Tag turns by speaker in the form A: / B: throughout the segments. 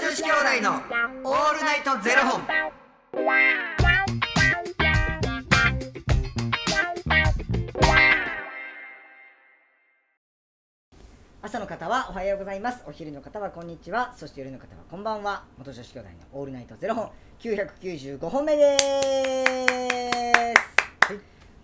A: 子兄弟のオールナイトゼロ本。
B: 朝の方はおはようございますお昼の方はこんにちはそして夜の方はこんばんは元女子兄弟のオールナイトゼロ本995本目です、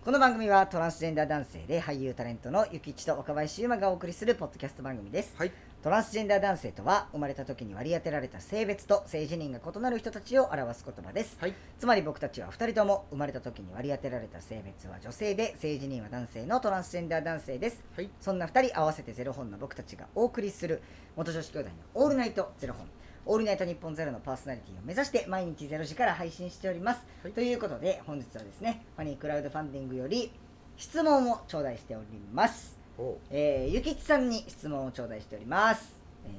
B: この番組はトランスジェンダー男性で俳優タレントのゆきちと若林優馬がお送りするポッドキャスト番組です、
A: はい
B: トランスジェンダー男性とは生まれた時に割り当てられた性別と性自認が異なる人たちを表す言葉です、
A: はい
B: つまり僕たちは2人とも生まれた時に割り当てられた性別は女性で性自認は男性のトランスジェンダー男性です
A: はい
B: そんな2人合わせてゼロ本の僕たちがお送りする元女子兄弟の「オールナイトゼロ本」「オールナイト日本ゼロのパーソナリティを目指して毎日ゼロ時から配信しております、
A: はい
B: ということで本日はですねファニークラウドファンディングより質問を頂戴しております、
A: お
B: えー、ゆきちさんに質問を頂戴しております、えー、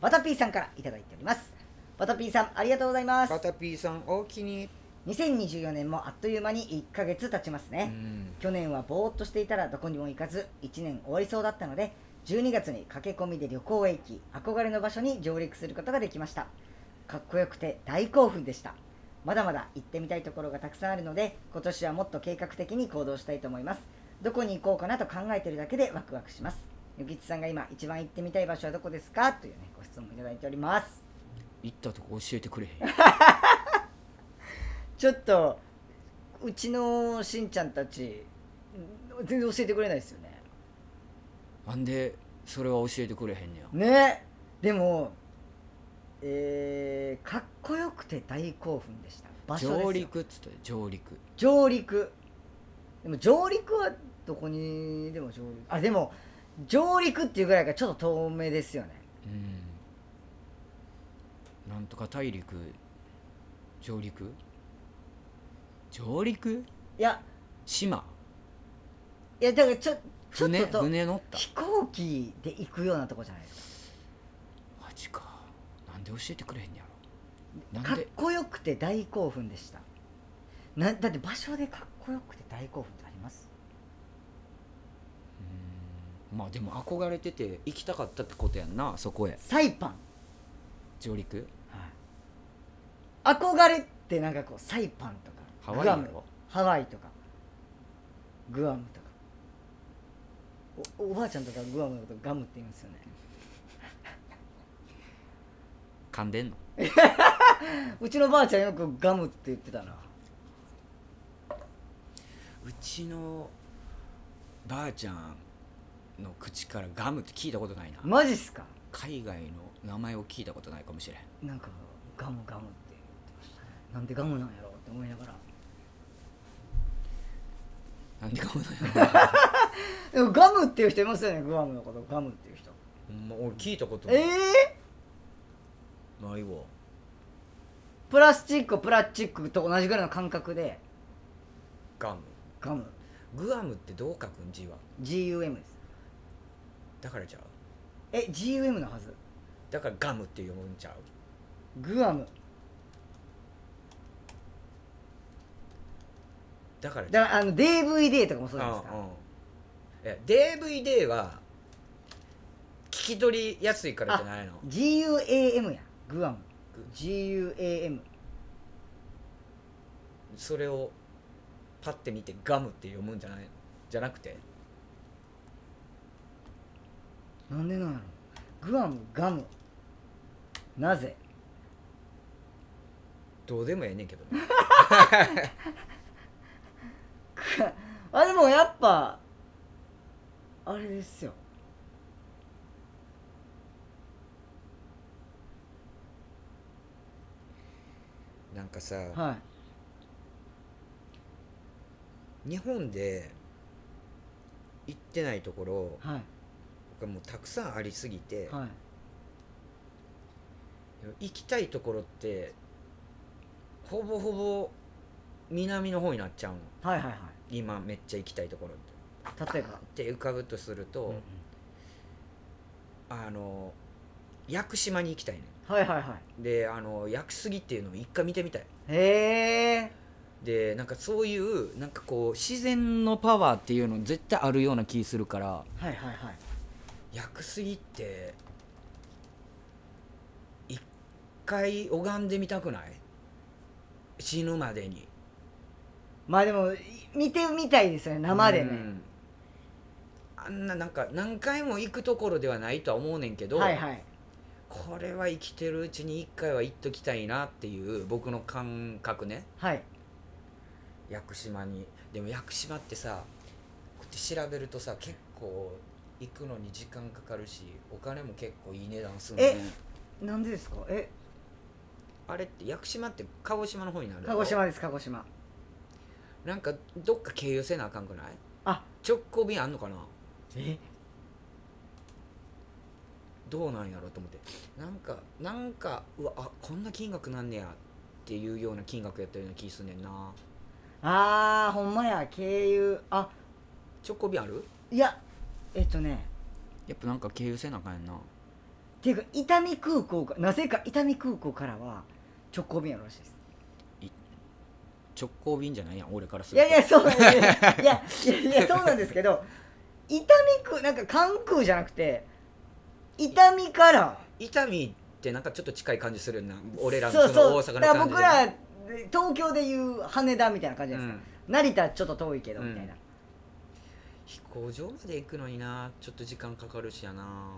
B: バタピーさんから頂いただいておりますバタピーさんありがとうございます
A: バタピーさんおおきに
B: 2024年もあっという間に1ヶ月経ちますね、
A: うん
B: 去年はぼーっとしていたらどこにも行かず1年終わりそうだったので12月に駆け込みで旅行へ行き憧れの場所に上陸することができましたかっこよくて大興奮でしたまだまだ行ってみたいところがたくさんあるので今年はもっと計画的に行動したいと思いますどこに行こうかなと考えてるだけでワクワクしますゆきちさんが今一番行ってみたい場所はどこですかというねご質問いただいております
C: 行ったとこ教えてくれへん
B: ちょっとうちのしんちゃんたちうん全然教えてくれないですよね
C: なんでそれは教えてくれへんねや
B: ねでもえー、かっこよくて大興奮でした場所ですよ
C: 上陸っつって上陸
B: 上陸でも上陸はどこにでも上陸あでも上陸っていうぐらいがちょっと遠目ですよね
C: うんなんとか大陸上陸上陸
B: いや
C: 島
B: いやだからちょちょっ
C: 船
B: とと
C: 船乗った
B: 飛行機で行くようなとこじゃないです
C: マジかなんで教えてくれへんねやろ
B: かか
C: なん
B: っ
C: で
B: こよくて大興奮でしたなだって場所でかっこよくて大興奮ってあります
C: うんまあでも憧れてて行きたかったってことやんなそこへ
B: サイパン
C: 上陸
B: はい、憧れってなんかこうサイパンとか
C: ハワイ
B: グ
C: や
B: アム
C: ろ
B: ハワイとかグアムとかおおばあちゃんとかグアムのことガムって言いますよね
C: 噛んでんの
B: うちのばあちゃんよくガムって言ってたな
C: うちのばあちゃんの口からガムって聞いたことないな
B: マジっすか
C: 海外の名前を聞いたことないかもしれん
B: なんかガムガムって言ってましたねなんでガムなんやろうって思いながら
C: なんでかもない
B: でもガムっていう人いますよねグアムのことガムっていう人
C: ほんま俺聞いたこ と
B: え
C: ない
B: え
C: ないわ
B: プラスチックをプラスチックと同じぐらいの感覚で
C: ガム
B: ガム
C: グアムってどう書くん字は
B: GUM です
C: だからちゃう
B: え GUM のはず
C: だからガムって読むんちゃう
B: グアム
C: だから
B: だからあの DVD とかもそうじゃないです
C: うん
B: か
C: うんいや DVD は聞き取りやすいからじゃないの
B: GUAM やグアム
C: グ
B: GUAM
C: それをパッて見てガムって読むんじゃないじゃなくて
B: なんでなんやろグアムガムなぜ
C: どうでもええねんけどな
B: あでもやっぱあれですよ
C: なんかさ、
B: は
C: 日本で行ってないところ
B: いはい
C: がもうたくさんありすぎて、
B: はい
C: 行きたいところってほぼほぼ南の方になっちゃうの
B: はいはいは
C: 今めっちゃ行きたいところって。
B: い例えば
C: って浮かぶとすると、
B: うんうん
C: あの屋久島に行きたいね
B: はいはいは
C: であの屋久杉っていうのを一回見てみたい
B: いへえ
C: でなんかそういうなんかこう自然のパワーっていうの絶対あるような気するから
B: はいはいはい
C: 屋久杉って一回拝んでみたくない死ぬまでに
B: まあでもい見てみたいですよね生で
C: う
B: ね
C: んあんななんか何回も行くところではないとは思うねんけど、
B: はいはい
C: これは生きてるうちに一回は行っときたいなっていう僕の感覚ね
B: はい
C: 屋久島にでも屋久島ってさこうやって調べるとさ結構行くのに時間かかるしお金も結構いい値段するね
B: えなんでですかえ
C: あれって屋久島って鹿児島の方になるの
B: 鹿児島です鹿児島
C: なんかどっか経由せなあかんくない
B: あ
C: 直行便あんのかな
B: え
C: どうなんやろと思ってなんかなんかうわあこんな金額なんねやっていうような金額やったような気すんねんな
B: あーほんまや経由あ
C: 直行便ある
B: いやえっとね
C: やっぱなんか経由せなあかんやんな
B: っていうか伊丹空港かなぜか伊丹空港からは直行便やるらしいです
C: 直行便じゃないやん俺からす
B: い
C: ると
B: やいやそうなん ですいやいやいやそうなんですけど伊丹空なんか関空じゃなくて伊丹から
C: 伊丹ってなんかちょっと近い感じするよな俺らの
B: そう
C: その
B: そう
C: 大阪
B: だ
C: の
B: から
C: 感じ
B: 僕ら東京でいう羽田みたいな感じじゃないですか、成田ちょっと遠いけど
C: うん
B: みたいな、
C: 飛行場まで行くのになちょっと時間かかるしやな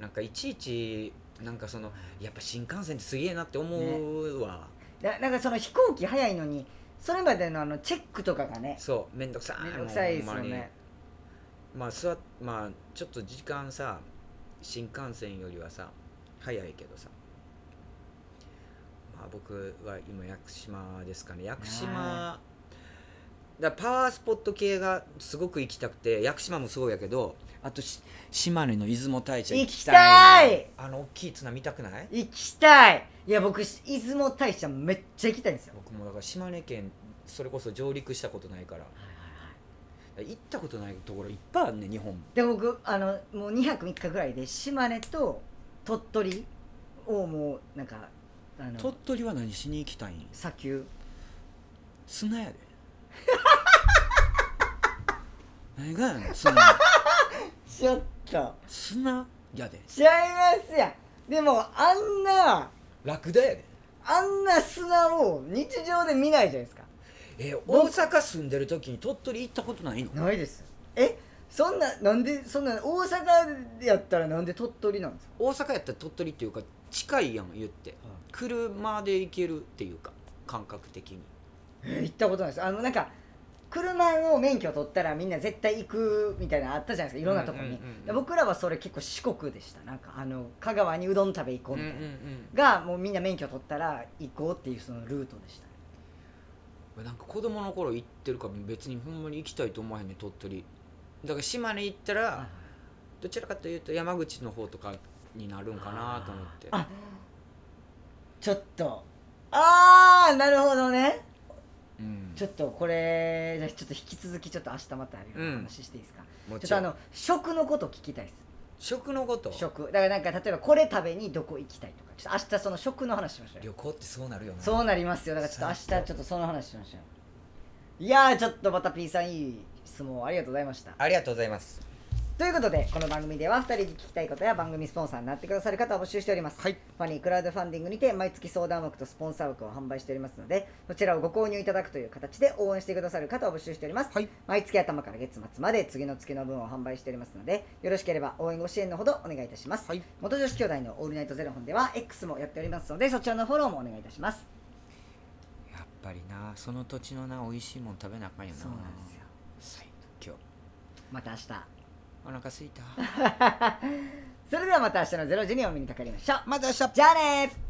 C: なんかいちいちなんかそのやっぱ新幹線ってすげえなって思うわ、
B: だなんかその飛行機早いのにそれまでのあのチェックとかがね
C: そうめんどくさい
B: めんどくさいですよ
C: もうほんまに
B: ね
C: まあ座っまあちょっと時間さ新幹線よりはさ早いけどさまあ僕は今屋久島ですかね屋久島だからパワースポット系がすごく行きたくて屋久島もそうやけどあとし島根の出雲大社
B: 行き
C: なあの大きい津波見たくない
B: 行きたいいや僕出雲大社めっちゃ行きたいんですよ
C: 僕もだから島根県それこそ上陸したことないから行ったことないところいっぱいあるね日本
B: で僕あのもう2泊3日ぐらいで島根と鳥取をもうなんかあの
C: 鳥取は何しに行きたいん
B: 砂丘
C: 砂やで 何がやねん砂
B: ちょっと
C: 砂やで
B: ちゃいますやんでもあんな
C: ラクダやで
B: あんな砂を日常で見ないじゃないですか
C: えー大阪住んでる時に鳥取行ったことないの
B: ないですえそんななんでそんな大阪やったらなんで鳥取なんですか
C: 大阪やったら鳥取っていうか近いやん言って車で行けるっていうか感覚的に
B: えー 行ったことないですあのなんか車の免許取ったらみんな絶対行くみたいなのあったじゃないですかいろんなとこに、
C: うんうんうんうん
B: で僕らはそれ結構四国でしたなんかあの香川にうどん食べ行こうみたいな、
C: ん
B: がもうみんな免許取ったら行こうっていうそのルートでした
C: なんか子供の頃行ってるから別にほんまに行きたいと思わへんねん鳥取だから島根行ったらどちらかというと山口の方とかになるんかなと思って
B: あちょっとああなるほどね
C: うん
B: ちょっとこれじゃあちょっと引き続きちょっと明日またお話ししていいですか、ち
C: も
B: ょっ
C: ち
B: と
C: ろ
B: あ
C: ん
B: の食のこと聞きたいです
C: 食のこと
B: 食だからなんか例えばこれ食べにどこ行きたいとかちょっと明日その食の話しましょうよ
C: 旅行ってそうなるよな
B: そうなりますよだからちょっと明
C: 最高
B: 日ちょっとその話しましょういやーちょっとまた P さんいい質問ありがとうございました
C: ありがとうございます
B: ということでこの番組では2人に聞きたいことや番組スポンサーになってくださる方を募集しております、
C: はい
B: ファニークラウドファンディングにて毎月相談枠とスポンサー枠を販売しておりますのでそちらをご購入いただくという形で応援してくださる方を募集しております、
C: はい
B: 毎月頭から月末まで次の月の分を販売しておりますのでよろしければ応援ご支援のほどお願いいたします、
C: はい
B: 元女子兄弟の「オールナイトゼロ本では X もやっておりますのでそちらのフォローもお願いいたします
C: やっぱりなその土地のな美味しいもん食べなあかんよな
B: そうなんですよ
C: 最強
B: また明日
C: お腹すいた
B: それではまた明日の0時にお目にかかりましょう
C: また明日
B: じゃあねー